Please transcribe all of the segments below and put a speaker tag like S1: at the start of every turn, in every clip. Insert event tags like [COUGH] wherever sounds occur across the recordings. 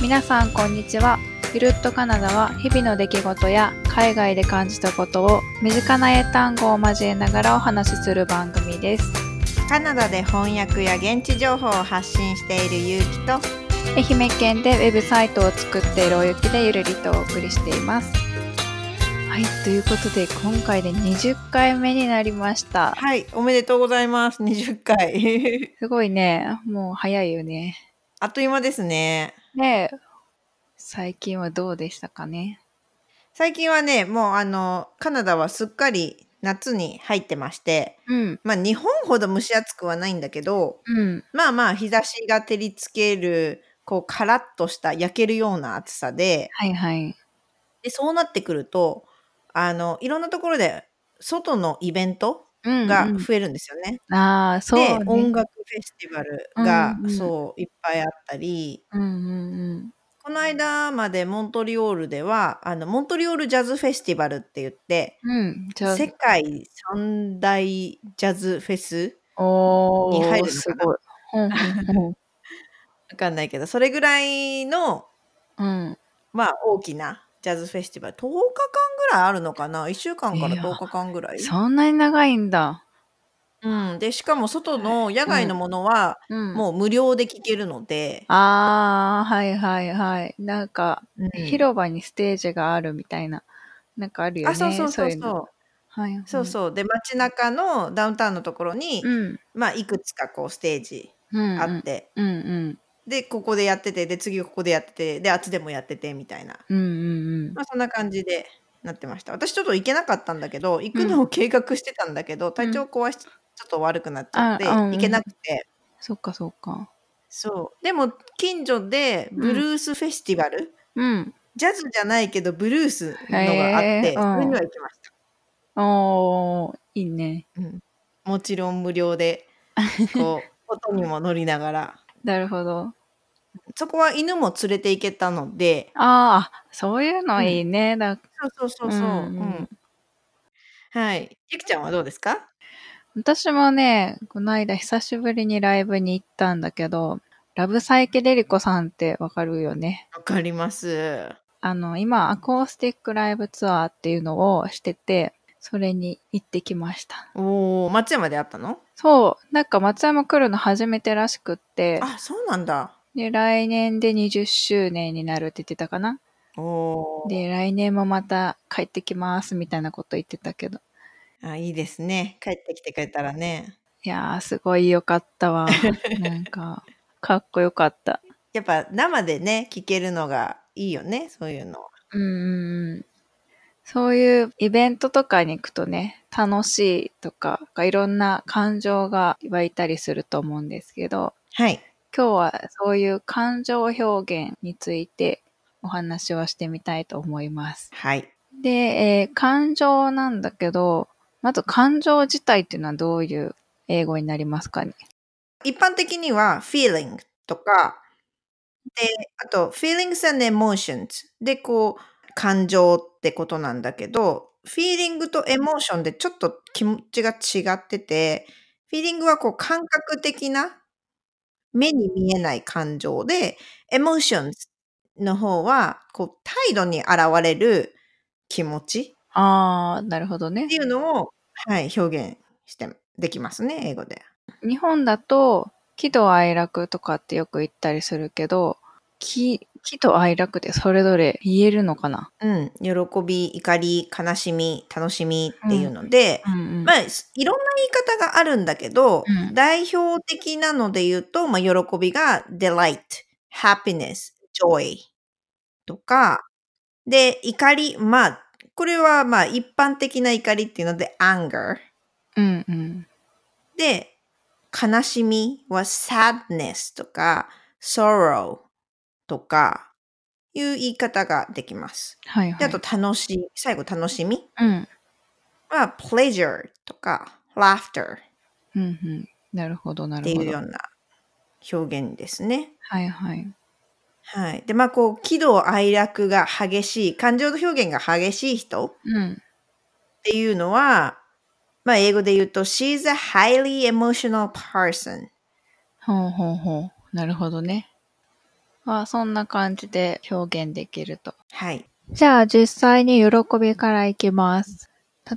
S1: 皆さんこんにちはゆるっとカナダは日々の出来事や海外で感じたことを身近な英単語を交えながらお話しする番組です
S2: カナダで翻訳や現地情報を発信しているゆうきと
S1: 愛媛県でウェブサイトを作っているおゆきでゆるりとお送りしていますはいということで今回で20回目になりました
S2: はいおめでとうございます20回
S1: すごいねもう早いよね
S2: [LAUGHS] あっという間ですね
S1: ねえ最近はどうでしたかね
S2: 最近はねもうあのカナダはすっかり夏に入ってまして
S1: うん
S2: まあ日本ほど蒸し暑くはないんだけど
S1: うん
S2: まあまあ日差しが照りつけるこうカラッとした焼けるような暑さで
S1: はいはい
S2: でそうなってくるとあのいろんなところで外のイベント
S1: うん
S2: が
S1: うん
S2: 増えるんですよね。
S1: ああそう
S2: で、
S1: ね
S2: 音楽フェスティバルが、
S1: うんうん
S2: そういっぱいあったり
S1: うんうん
S2: この間までモントリオールではあのモントリオールジャズフェスティバルって言って
S1: うんうんじゃあ
S2: 世界三大ジャズフェス
S1: おー
S2: に入るのかな
S1: すごいうんうん
S2: わかんないけどそれぐらいの、 [LAUGHS]
S1: うんうん
S2: まあ、大きなジャズフェスティバル10日間ぐらいあるのかな1週間から
S1: いや
S2: 10日間ぐらい。
S1: そんなに長いんだ
S2: うん、でしかも外の野外のものは
S1: うん
S2: もう無料で聴けるので、
S1: ああはいはいはいなんか
S2: うん
S1: 広場にステージがあるみたいななんかあるよね
S2: あそうそうそう
S1: いの
S2: そう。
S1: はいはい
S2: そうそうで街中のダウンタウンのところに、
S1: うん
S2: まあいくつかこうステージ
S1: うん
S2: あって、
S1: うんうん
S2: でここでやっててで次ここでやっててであっちでもやっててみたいな、
S1: うんうんうん
S2: まあ、そんな感じでなってました私ちょっと行けなかったんだけど行くのを計画してたんだけど、体調壊しちょっと悪くなっちゃって、
S1: あうん
S2: 行けなくて
S1: そっかそっか
S2: そうでも近所でブルースフェスティバル、
S1: うん
S2: ジャズじゃないけどブルースのがあって、
S1: へーうん
S2: それには行きました、
S1: おーいいね
S2: うん、もちろん無料で
S1: [LAUGHS]
S2: こう音にも乗りながら
S1: なるほど
S2: そこは犬も連れて行けたので、
S1: ああそういうのいいね、だ
S2: そうそうそうそう、
S1: うんうん
S2: うんはい。ゆきちゃんはどうですか？
S1: 私もね、この間久しぶりにライブに行ったんだけど、ラブサイケデリコさんってわかるよね。
S2: わかります。
S1: あの、今、アコースティックライブツアーっていうのをしてて、それに行ってきました。
S2: おお、松山であったの？
S1: そう、なんか松山来るの初めてらしくって、
S2: あ、そうなんだ。
S1: で、来年で20周年になるって言ってたかな。
S2: おお。
S1: で、来年もまた帰ってきますみたいなこと言ってたけど。
S2: あ、いいですね。帰ってきてくれたらね。
S1: いやー、すごい良かったわ。なんか、かっこよかった。
S2: やっぱ生でね聞けるのがいいよね。そういうの。
S1: うんうんうんそういうイベントとかに行くとね、楽しいとか、いろんな感情が湧いたりすると思うんですけど、
S2: はい。
S1: 今日はそういう感情表現についてお話をしてみたいと思います。
S2: はい。
S1: で、えー感情なんだけど、まず感情自体っていうのはどういう英語になりますかね。
S2: 一般的には feeling とか、で、あと feelings and emotions でこう感情ってことなんだけど、フィーリングとエモーションでちょっと気持ちが違ってて、フィーリングはこう感覚的な目に見えない感情で、エモーションズの方はこう態度に現れる気持ち
S1: あー、なるほどね
S2: って。いうのを、はい、表現してできますね、英語で。
S1: 日本だと喜怒哀楽とかってよく言ったりするけど喜喜怒哀楽でそれぞれ言えるのかな、
S2: うん、喜び、怒り、悲しみ、楽しみっていうので、
S1: んうん
S2: まあ、すいろんな言い方があるんだけど、
S1: うん
S2: 代表的なので言うと、まあ、喜びが delight, happiness, joy とか、で、怒り、まあ、これはまあ一般的な怒りっていうので anger
S1: うんうん
S2: で、悲しみは sadness とか sorrow とかいう言い方ができます。
S1: はいは
S2: で、
S1: い
S2: あと楽しい、最後楽しみ
S1: うん
S2: は pleasure とか laughter
S1: うんうんなるほどな
S2: っ
S1: る
S2: てい
S1: ほ
S2: うよ
S1: ど
S2: うな表現ですね。
S1: はいはい
S2: はい。で、まあこう、喜怒哀楽が激しい、感情の表現が激しい人っ
S1: うん
S2: ていうのは、まあ英語で言うと、she's a highly emotional person
S1: ほうほうほうなるほどねはそんな感じで表現できると。
S2: はい。
S1: じゃあ実際に喜びからいきます。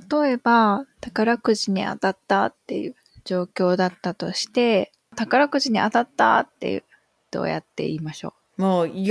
S1: 例えば、宝くじに当たったっていう状況だったとして、宝くじに当たったっていう、どうやって言いましょ
S2: もう、喜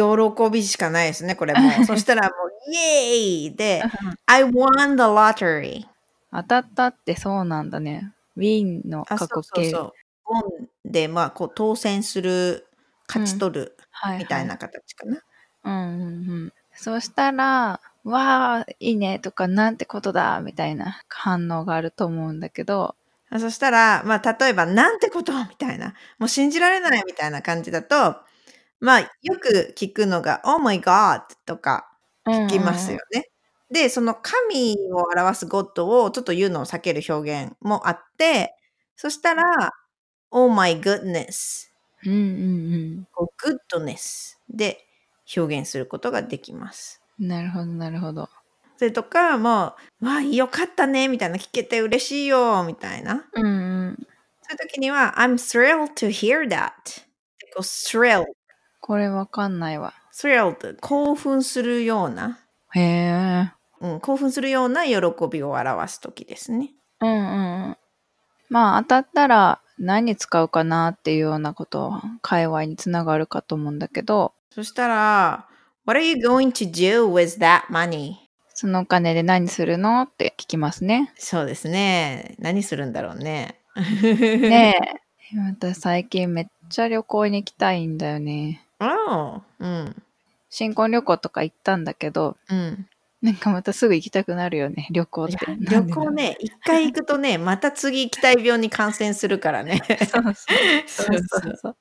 S2: びしかないですね、これも
S1: [LAUGHS]
S2: う。そしたらもう、イエーイ
S1: う
S2: で、I won the lottery.
S1: 当たったってそうなんだね。ウィンの
S2: あ、
S1: 過
S2: そ
S1: 去
S2: うそう
S1: 形。
S2: そう。won で、まあ、こう、当選する、勝ち取る、
S1: はは
S2: みたいな形かな。
S1: うんうんうん。そうしたら、わあ、いいねとか、なんてことだみたいな反応があると思うんだけど、
S2: あそしたら、まあ、例えば、なんてことみたいな、もう信じられないみたいな感じだと、まあ、よく聞くのが、Oh my God! とか聞きますよね。で、その神を表す God をちょっと言うのを避ける表現もあって、そしたら、Oh my goodness!
S1: うんうん。うんうん
S2: こう goodness で表現することができます。
S1: うん。なるほど、なるほど。
S2: それとか、もう、わあ、よかったねみたいな、聞けて嬉しいよみたいな。
S1: うんうん。
S2: そういう時には、I'm thrilled to hear that. でこう thrilled,
S1: これわかんないわ。
S2: thrilled, 興奮するような、
S1: へえ。
S2: うん、興奮するような喜びを表す時ですね。
S1: うんうんうん。まあ、当たったら何に使うかなっていうようなことは、界隈につながるかと思うんだけど、
S2: そしたら、What are you going to do with that money?
S1: そのお金で何するのって聞きます
S2: [LAUGHS]
S1: ね。
S2: そうですね。何するんだろうね。
S1: ねえ。また最近めっちゃ旅行に行きたいんだよね。
S2: oh, うん。
S1: 新婚旅行とか行ったんだけど、
S2: うん、
S1: なんかまたすぐ行きたくなるよね、旅行っ
S2: い
S1: てな
S2: や。旅
S1: んでだろ
S2: 行
S1: う。
S2: ね、一回行くとね、また次行きたい病に感染するからね。
S1: そうそ
S2: そ
S1: うう
S2: そ
S1: そううそう。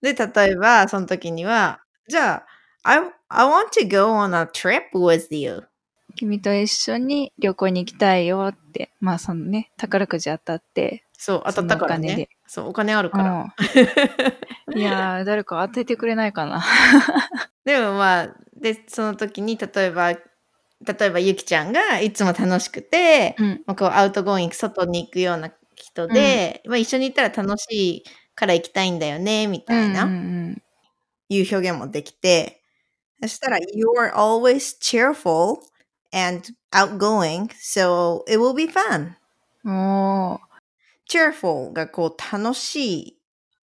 S2: で、例えば、その時には、じゃあ、I, I want to go on a trip with you.
S1: [LAUGHS] 君と一緒に旅行に行きたいよって、まあそのね、宝くじ当たって、
S2: そう、当たったか
S1: そのお
S2: ら
S1: 金
S2: ね
S1: で。
S2: そう、お金あるから。
S1: [LAUGHS] うんいやー、誰か当ててくれないかな。
S2: でもまあ、で、その時に、例えば、例えば、ゆきちゃんがいつも楽しくて、
S1: うん。
S2: まあこうアウトゴーイング、外に行くような人で、まあ、一緒に行ったら楽しいから行きたいんだよね、み
S1: うん
S2: たいな、
S1: うん
S2: いう表現もできて、そしたら、You are always cheerful and outgoing, so it will be fun.
S1: うん。おー
S2: cheerful がこう楽しいっ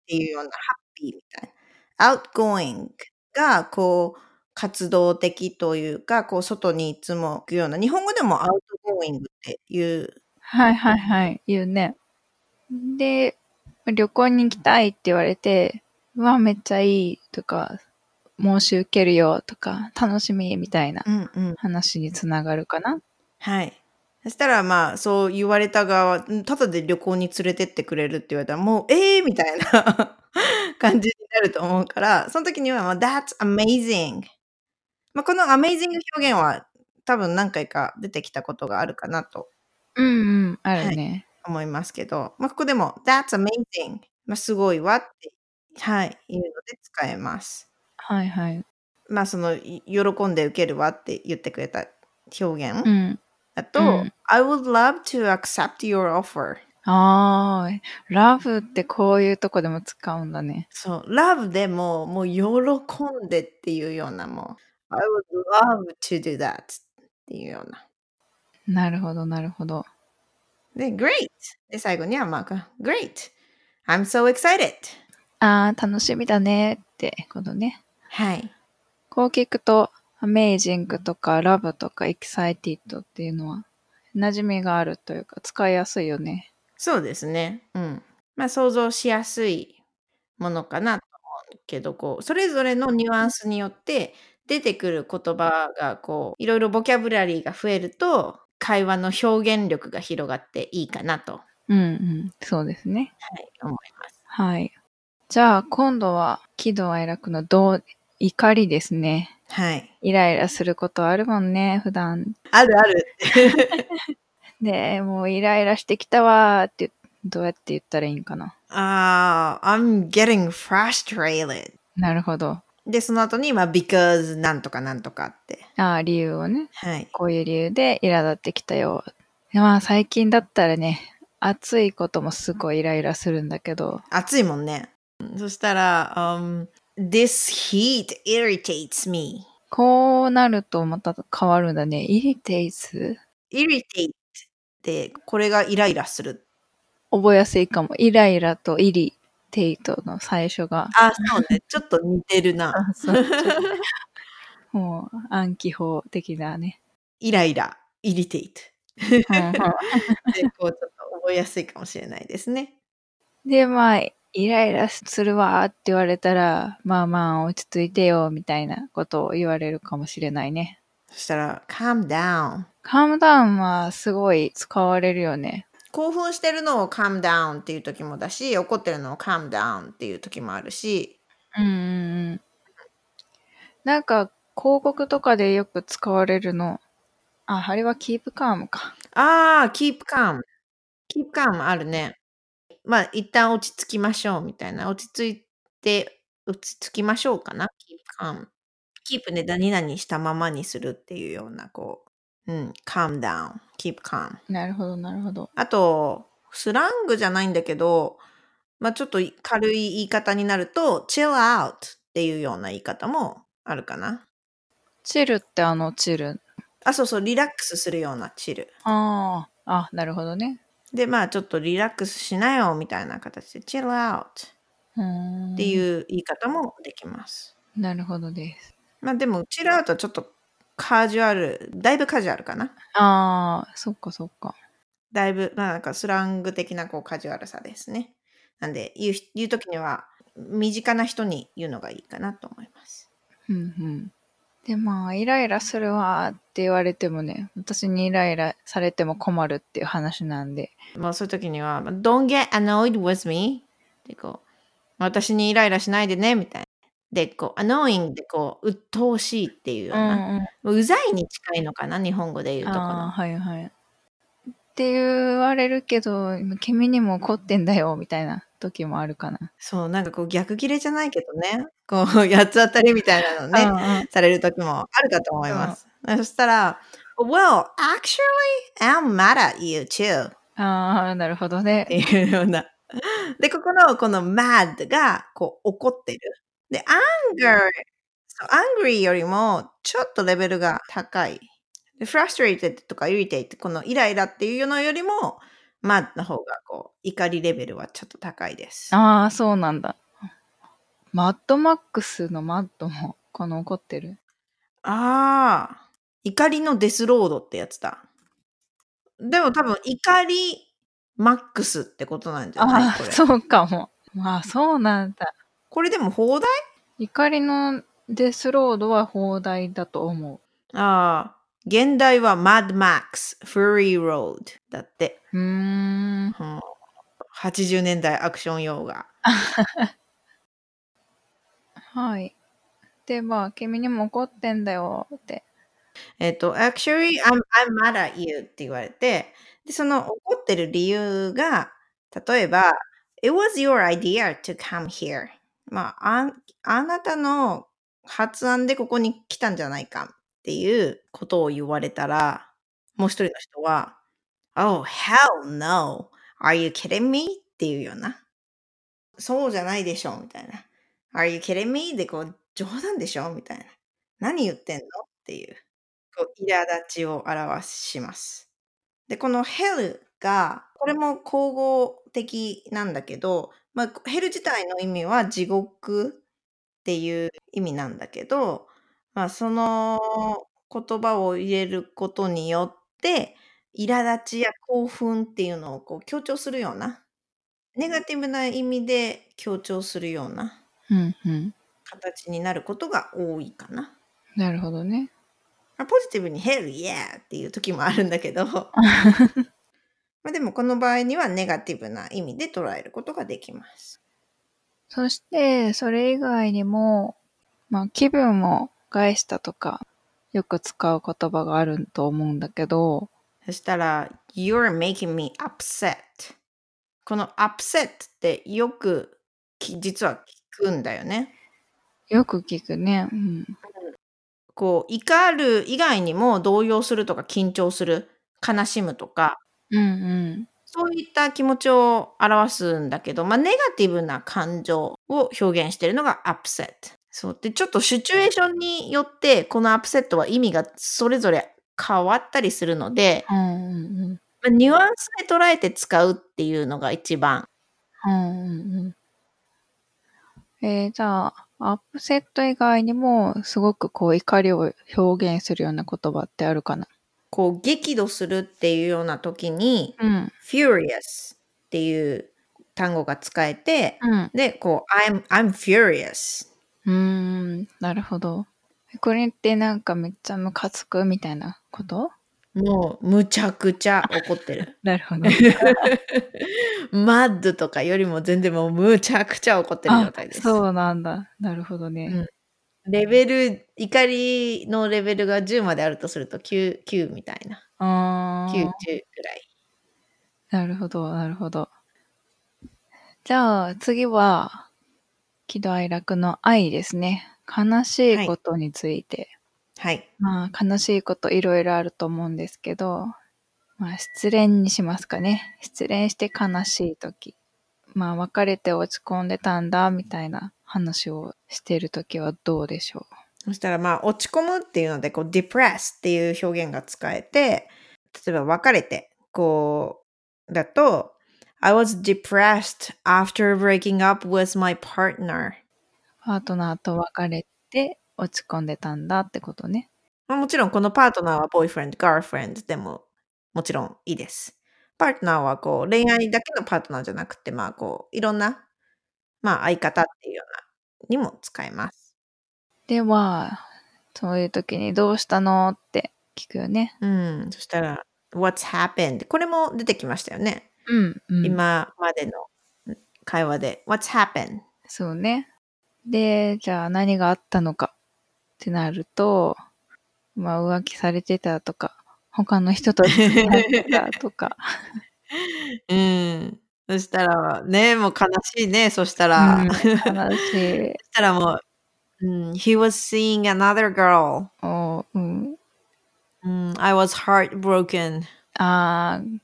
S2: ていうようなハッピーみたいな。outgoing がこう活動的というか、こう外にいつも行くような。日本語でも outgoing っていう。
S1: はいはいはい、言うね。で、旅行に行きたいって言われて、うわ、めっちゃいいとか、申し受けるよとか、楽しみみたいな
S2: うんうん。
S1: 話につながるかな。
S2: はい。そしたらまあそう言われた側、うんただで旅行に連れてってくれるって言われたらもうええー、みたいな [LAUGHS] 感じになると思うから、その時には、まあ、That's amazing! まあ、この amazing 表現は多分何回か出てきたことがあるかなと
S1: うんうん、あるね。
S2: 思いますけど、まあ、ここでも「That's amazing」まあ、すごいわって、はい、いうので使えます。
S1: はい、はい、
S2: まあそのい喜んで受けるわって言ってくれた表現
S1: うん。
S2: だと、
S1: うん
S2: I would love to accept your offer
S1: ああ、ラブってこういうとこでも使うんだね。
S2: そう love でももう喜んでっていうようなもう I would love to do that っていうような
S1: なるほど、なるほど。
S2: で great で最後にはまあ great I'm so excited
S1: ああ、楽しみだねってことね。
S2: はい
S1: こう聞くと、アメイジングとかラブとかエキサイティッドっていうのは、馴染みがあるというか、使いやすいよね。
S2: そうですね。うん。まあ想像しやすいものかなと思うけど、こう、それぞれのニュアンスによって出てくる言葉がこう、いろいろボキャブラリーが増えると、会話の表現力が広がっていいかなと、は
S1: うんうん、そうですね。
S2: い、思います。
S1: はい。じゃあ、今度は、喜怒哀楽のどう、怒りですね。
S2: はい。
S1: イライラすることあるもんね、普段。
S2: あるある。
S1: で、もうイライラしてきたわーって、どうやって言ったらいいんかな。
S2: ああ、I'm getting frustrated.
S1: なるほど。
S2: で、その後に、まあ、because なんとかなんとかって。
S1: ああ、理由をね、
S2: はい。
S1: こういう理由で苛立ってきたよ。でまあ、最近だったらね、暑いこともすごいイライラするんだけど、
S2: 暑いもんね。うんそしたら、um, This heat irritates me.
S1: こうなるとまた変わるんだね。イリテイス
S2: irritate って、これがイライラする。
S1: 覚えやすいかも。イライラとイリテイトの最初が。
S2: あ、そうね。ちょっと似てるな。
S1: そう [LAUGHS] もう暗記法的な [LAUGHS] ね。
S2: イライラ、irritate。でこうちょっと覚えやすいかもしれないですね。
S1: で、まあ、イライラするわって言われたら、まあまあ落ち着いてよみたいなことを言われるかもしれないね。
S2: そしたら、calm down。
S1: カームダウンはすごい使われるよね。
S2: 興奮してるのを calm down っていう時もだし、怒ってるのを calm down っていう時もあるし、
S1: うんうんうん。なんか広告とかでよく使われるの。あ、あれはキープカームか。
S2: ああ、keep calm。keep calm あるね。まあ、一旦落ち着きましょうみたいな。落ち着いて、落ち着きましょうかな。keep calm。keep ね、何々したままにするっていうような、こう、うん、calm down。keep calm。
S1: なるほど、なるほど。
S2: あと、スラングじゃないんだけど、まあ、ちょっと軽い言い方になると、chill out っていうような言い方もあるかな。
S1: チルってあのチル。
S2: あ、そうそう、リラックスするようなチル。
S1: ああ、あ、なるほどね。
S2: で、まあ、ちょっとリラックスしなよみたいな形で、chill out
S1: うーん
S2: っていう言い方もできます。
S1: なるほどです。
S2: まあ、でも、chill out はちょっとカジュアル、だいぶカジュアルかな。
S1: ああ、そっかそっか。
S2: だいぶ、まあ、なんかスラング的なこうカジュアルさですね。なんで、言う言う時には、身近な人に言うのがいいかなと思います。
S1: うんうん。で、まあ、イライラするわーって言われてもね、私にイライラされても困るっていう話なんで。
S2: まあそういう時には、Don't get annoyed with me でこう、私にイライラしないでねみたいな。で、こう、annoying でこう、鬱陶しいっていうような。
S1: ん。
S2: うざいに近いのかな、日本語で言うとこ
S1: ああ、
S2: ろ。
S1: はいはい。って言われるけど、君にも怒ってんだよみたいな時もあるかな。
S2: そう、なんかこう、逆切れじゃないけどね、こう、八つ当たりみたいなのね、
S1: ね。
S2: される時もあるかと思います。そしたら、Well, actually, I'm mad at you too っ
S1: ああ、なるほどね。
S2: ていうような。で、ここのこの mad がこう怒ってる。で、anger、そう angry よりもちょっとレベルが高い。で、frustrated とか irritated、このイライラっていうのよりも mad の方がこう怒りレベルはちょっと高いです。
S1: ああ、そうなんだ。マッドマックスのマッドも、この怒ってる。
S2: ああ、怒りのデスロードってやつだ。でも多分怒りマックスってことなんじゃな
S1: あ
S2: いこ
S1: あ、
S2: れ。
S1: そうかも。まあ、そうなんだ。
S2: これでも放題
S1: 怒りのデスロードは放題だと思
S2: ああ、現代は Mad Max Fury Road だって。
S1: う。うーん。
S2: うん80年代アクション用が。
S1: はい。で、まあ、君にも怒ってんだよって。
S2: えっ、と、actually, I'm, I'm mad at you って言われて、で、その怒ってる理由が、例えば、It was your idea to come here. まあ、あんあなたの発案でここに来たんじゃないかっていうことを言われたら、もう一人の人は、Oh, hell no! Are you kidding me? っていうような。そうじゃないでしょみたいな。Are you kidding me? で、こう、冗談でしょみたいな。何言ってんのっていう。こう苛立ちを表します。で、この hell が、これも口語的なんだけど、まあ、hell 自体の意味は地獄っていう意味なんだけど、まあ、その言葉を入れることによって、苛立ちや興奮っていうのをこう強調するような、ネガティブな意味で強調するような
S1: うんうん。
S2: 形になることが多いかな。
S1: なるほどね。
S2: まあポジティブに Hell yeah! っていう時もあるんだけど、まあでもこの場合にはネガティブな意味で捉えることができます。
S1: そして、それ以外にも、まあ、気分を害したとか、よく使う言葉があると思うんだけど、
S2: そしたら、You're making me upset. この upset ってよくき実は聞くんだよね。
S1: よく聞くね。うん。
S2: こう、怒る以外にも動揺するとか緊張する、悲しむとか、
S1: うんうん。
S2: そういった気持ちを表すんだけど、まあ、ネガティブな感情を表現しているのが upset。そう。で、ちょっとシチュエーションによって、この upset は意味がそれぞれ変わったりするので、
S1: うんうんうん。
S2: まあ、ニュアンスで捉えて使うっていうのが一番。
S1: うんうんうん。えー、じゃあ、アップセット以外にも、すごくこう、怒りを表現するような言葉ってあるかな
S2: こう、激怒するっていうような時に、
S1: うん。
S2: furious っていう単語が使えて、
S1: うん。
S2: で、こう、I'm, I'm furious
S1: うーん、なるほど。これってなんかめっちゃムカつくみたいなこと
S2: もう、むちゃくちゃ怒ってる。
S1: なるほど。 [LAUGHS]
S2: マッドとかよりも全然もう、むちゃくちゃ怒ってる状態です。
S1: そうなんだ。なるほどね。
S2: レベル、怒りのレベルが10まであるとすると9、9みたいな。
S1: あ
S2: 9、
S1: ー
S2: 10ぐらい。
S1: なるほど、なるほど。じゃあ次は、喜怒哀楽の愛ですね。悲しいことについて。
S2: はい。
S1: まあ悲しいこといろいろあると思うんですけど、まあ失恋にしますかね。失恋して悲しい時。まあ別れて落ち込んでたんだみたいな話をしてる時はどうでしょ
S2: そしたらまあ、落ち込むっていうので、こう、depress っていう表現が使えて、例えば別れて、こう、だと、I was depressed after breaking up with my partner.
S1: う。パートナーと別れて落ち込んでたんだってことね。
S2: まあ、もちろんこのパートナーは boyfriend, girlfriend でももちろんいいです。パートナーはこう恋愛だけのパートナーじゃなくて、まあこういろんな、まあ、相方っていうようなにも使えます。
S1: では、そういう時にどうしたのって聞くよね。
S2: うん。そしたら、what's happened? これも出てきましたよね。
S1: うん、うん。
S2: 今までの会話で what's happened?
S1: そうね。で、じゃあ何があったのかってなると、まあ浮気されてたとか、他の人と付き合ってたとか。
S2: うん。そしたらね、もう悲しいね。そしたら、
S1: うん、
S2: そし
S1: 悲しい。
S2: たらもう、うん、he was seeing another girl.
S1: おうん、
S2: うん、I was heartbroken.
S1: あー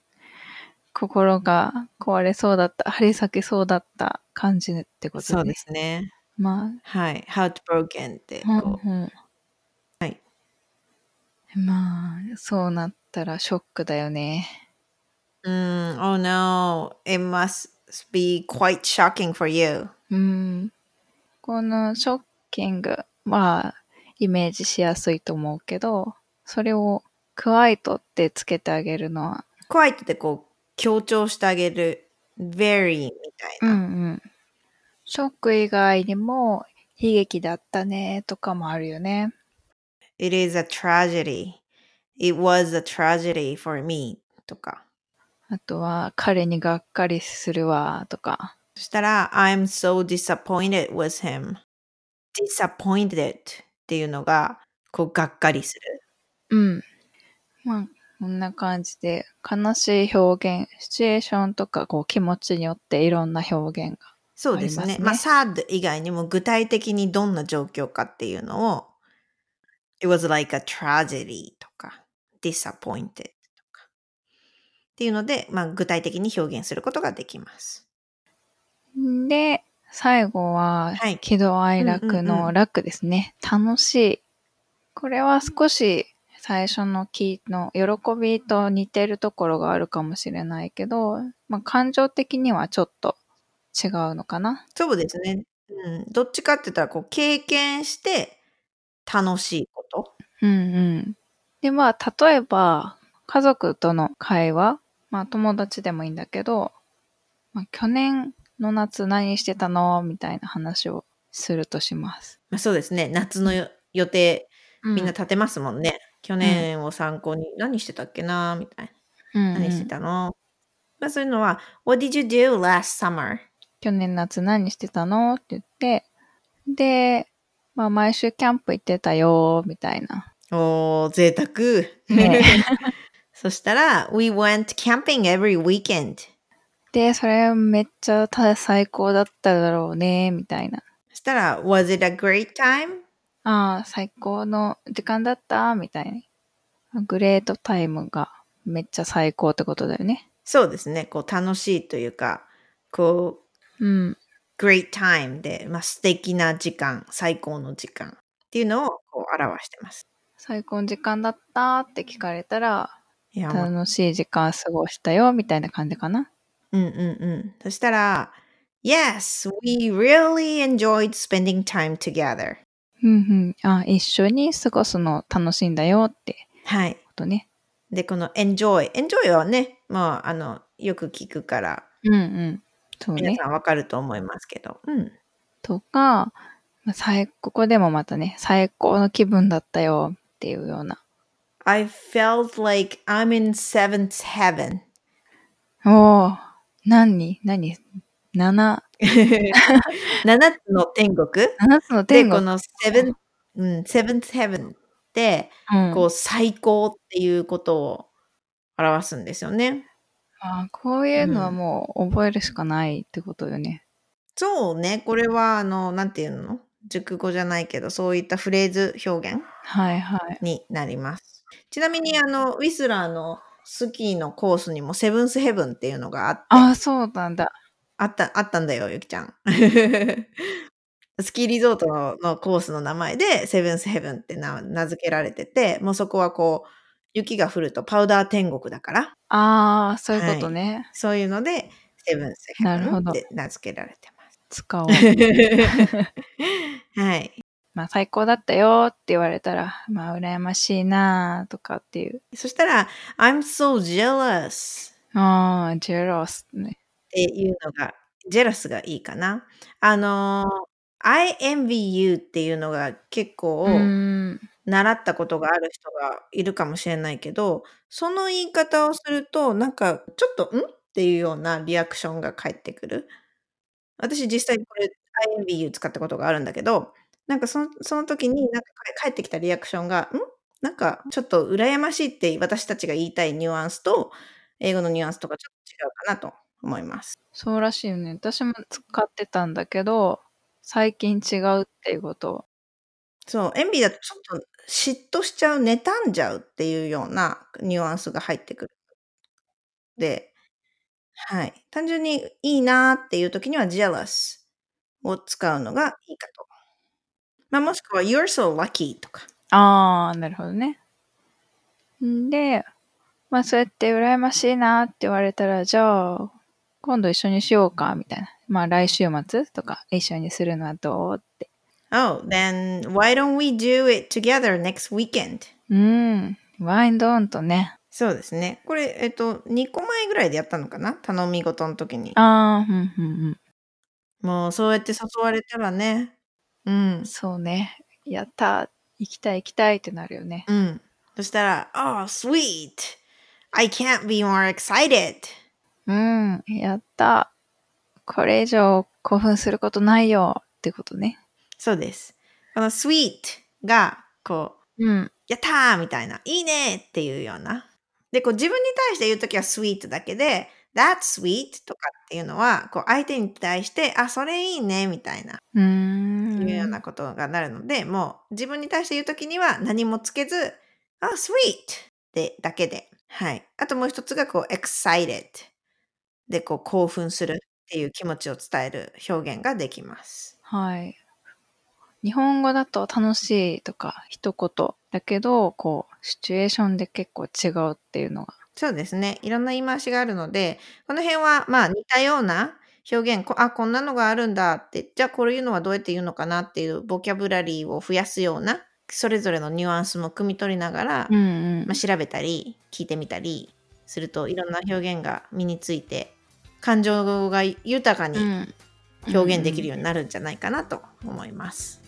S1: 心が壊れそうだった、張り裂けそうだった感じってことね。
S2: そうで。すね。
S1: まあ、
S2: はい。heartbroken って
S1: うん
S2: こう、
S1: うん
S2: はい。
S1: まあ、そうなったらショックだよね。
S2: うん、oh no, it must be quite shocking for you.
S1: うん。このショッキングはイメージしやすいと思うけど、それをクワイトってつけてあげるのは、
S2: quite ってこう、強調してあげる。very みたいな。
S1: うん。ショック以外にも悲劇だったねとかもあるよね。
S2: it is a tragedy. It was a tragedy for me. とか。
S1: あとは彼にがっかりするわとか。
S2: そしたら、I'm so disappointed with him. disappointed っていうのが、こう、がっかりする。
S1: うん。まあ、こんな感じで悲しい表現、シチュエーションとかこう気持ちによっていろんな表現が。
S2: そうですね。
S1: あり
S2: ま
S1: ま
S2: あ、sad 以外にも具体的にどんな状況かっていうのを、it was like a tragedy とか、disappointed とか、っていうので、まあ、具体的に表現することができます。
S1: で、最後は
S2: はい、
S1: 喜怒哀楽
S2: うんうんう
S1: の
S2: ん
S1: 楽ですね。楽しい。これは少し最初の喜の喜びと似てるところがあるかもしれないけど、まあ、感情的にはちょっと違うのかな。
S2: そうですね。うん、どっちかって言ったら、こう、経験して楽しいこと。
S1: うんうん。で、まあ、例えば、家族との会話、まあ、友達でもいいんだけど、まあ、去年の夏何してたのみたいな話をするとします。
S2: まあ、そうですね。夏のよ予定、みんな
S1: う
S2: 立てますもんね。去年を参考に、何してたっけなみたいな。
S1: うんうん
S2: 何してたの、まあ、そういうのは、What did you do last summer?
S1: 去年夏何してたのって言って、で、まあ毎週キャンプ行ってたよ、みたいな。
S2: おー、贅沢。
S1: ね
S2: [LAUGHS] そしたら、We went camping every weekend.
S1: で、それめっちゃた最高だっただろうね、みたいな。
S2: そしたら、Was it a great time?
S1: ああ、最高の時間だった、みたいな。グレートタイムがめっちゃ最高ってことだよね。
S2: そうですね。こう楽しいというか、
S1: う
S2: こ
S1: ん。
S2: う、great time で、まあ、素敵な時間、最高の時間っていうのをこう表してます。
S1: 最高の時間だったって聞かれたら、
S2: いや、もう
S1: 楽しい時間過ごしたよみたいな感じかな。
S2: うんうんうん。そしたら、Yes, we really enjoyed spending time together.
S1: うんうん。あ、一緒に過ごすの楽しいんだよって
S2: はい。
S1: ことね。
S2: で、この enjoy。enjoy はね、まあ、あの、よく聞くから、
S1: うんうん。そう
S2: 皆
S1: ね。
S2: さんわかると思いますけど。うん。
S1: とか、まあ最ここでもまたね、最高の気分だったよっていうような。
S2: I felt like I'm in
S1: [LAUGHS]
S2: seventh heaven.
S1: おお、何何七、
S2: 7つの天国
S1: 七つの
S2: で、
S1: 天
S2: こ
S1: 国。
S2: の seventh、うん、seventh heaven って、
S1: うん
S2: こう、最高っていうことを表すんですよね。
S1: あーこういうのはもう覚えるしかないってことよね。
S2: そうね、これは、あの、なんていうの熟語じゃないけど、そういったフレーズ表現
S1: はいはい。
S2: になります。ちなみに、あの、ウィスラーのスキーのコースにも、セブンスヘブンっていうのがあって、
S1: ああ、そうなんだ。
S2: あった、あったんだよ、ゆきちゃん。 [LAUGHS] スキーリゾートののコースの名前で、セブンスヘブンってな名付けられてて、もうそこはこう、雪が降るとパウダー天国だから、
S1: ああ、そういうことね。
S2: そういうので、セブンスヘ
S1: なる
S2: ブン
S1: ほ
S2: っ
S1: ど
S2: て名付けられてます。
S1: [LAUGHS] 使おう。
S2: はい。
S1: まあ、最高だったよって言われたら、まあ、羨ましいなあとかっていう。
S2: [LAUGHS] そしたら、I'm so jealous っ
S1: ああ、ジェロスね。
S2: ていうのが、jealous がいいかな。あのー、I envy you っていうのが結
S1: う
S2: 構、
S1: ーん。
S2: 習ったことがある人がいるかもしれないけど、その言い方をすると、なんか、ちょっと、んっていうようなリアクションが返ってくる。私実際これ、I envy you 使ったことがあるんだけど、なんかそのその時になんか返ってきたリアクションが、んなんかちょっと羨ましいって私たちが言いたいニュアンスと、英語のニュアンスとかちょっと違うかなと思います。
S1: そうらしいよね。私も使ってたんだけど、最近違うっていうこと。
S2: そう、エンビーだとちょっと嫉妬しちゃう、妬んじゃうっていうようなニュアンスが入ってくる。で、はい。単純にいいなーっていう時には jealous を使うのがいいかと。まあ、もしくは you're so lucky とか。
S1: ああ、なるほどね。んで、まあそうやって羨ましいなって言われたら、じゃあ、今度一緒にしようか、みたいな。まあ来週末とか一緒にするのはどうって。
S2: Oh, then why don't we do it together next weekend?
S1: うん。ワインドーンとね。
S2: そうですね。これ、えっと、2個前ぐらいでやったのかな頼み事の時に。
S1: ああ、うんうんうん。
S2: もうそうやって誘われたらね。うん。
S1: そうね。やった。行きたい行きたいってなるよね。
S2: うん。そしたら、Oh, sweet! I can't be more excited!
S1: うん。やった。これ以上興奮することないよってことね。
S2: そうです。この sweet が、こう、
S1: うん。
S2: やったーみたいな、いいねーっていうような。で、こう自分に対して言うときは sweet だけで、that's sweet とかっていうのは、こう相手に対して、あ、それいいねみたいな、
S1: うー
S2: い
S1: ん。
S2: うようなことがなるので、もう自分に対して言うときには何もつけず、あ、sweet で、だけで。はい。あともう一つが、こう excited で、こう興奮するっていう気持ちを伝える表現ができます。
S1: はい。日本語だと楽しいとか一言だけど、こう、シチュエーションで結構違うっていうのが。
S2: そうですね。いろんな言い回しがあるので、この辺はまあ似たような表現、こあ、こんなのがあるんだって、じゃあこういうのはどうやって言うのかなっていうボキャブラリーを増やすような、それぞれのニュアンスも汲み取りながら、
S1: うんうん
S2: まあ、。調べたり、聞いてみたりすると、いろんな表現が身について、感情が豊かに表現できる
S1: よ、
S2: ようになるんじゃないかなと思います。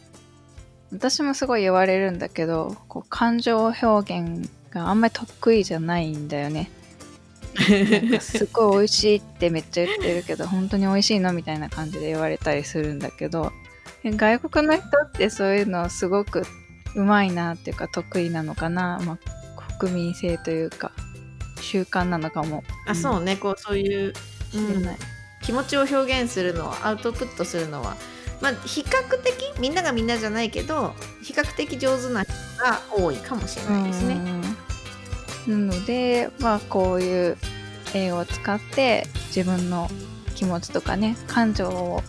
S1: 私もすごい言われるんだけど、こう、感情表現があんまり得意じゃないんだよね。なんか [LAUGHS] すごい美味しいってめっちゃ言ってるけど、本当に美味しいのみたいな感じで言われたりするんだけど、外国の人ってそういうのすごくうまいなっていうか得意なのかな。まあ、国民性というか、習慣なのかも
S2: あ、そうね。こう、そういう、う
S1: しれ
S2: ん
S1: ない。
S2: 気持ちを表現するのはアウトプットするのは、まあ、比較的みんながみんなじゃないけど比較的上手な人が多いかもしれないですね。
S1: うんなのでまあこういう英語を使って自分の気持ちとかね感情を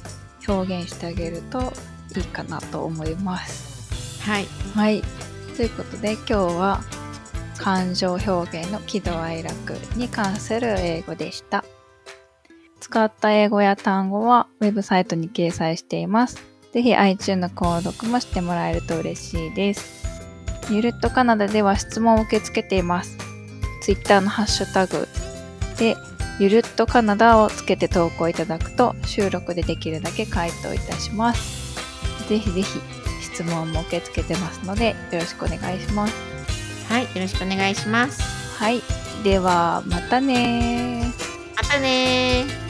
S1: 表現してあげるといいかなと思います。
S2: はい。
S1: はい、ということで今日は感情表現の喜怒哀楽に関する英語でした。使った英語や単語はウェブサイトに掲載しています。ぜひ iTunes の購読もしてもらえると嬉しいです。ゆるっとカナダでは質問を受け付けています。Twitter のハッシュタグでゆるっとカナダをつけて投稿いただくと収録でできるだけ回答いたします。ぜひぜひ質問も受け付けてますのでよろしくお願いします。
S2: はい。よろしくお願いします。
S1: はい、ではまたねー。
S2: またねー。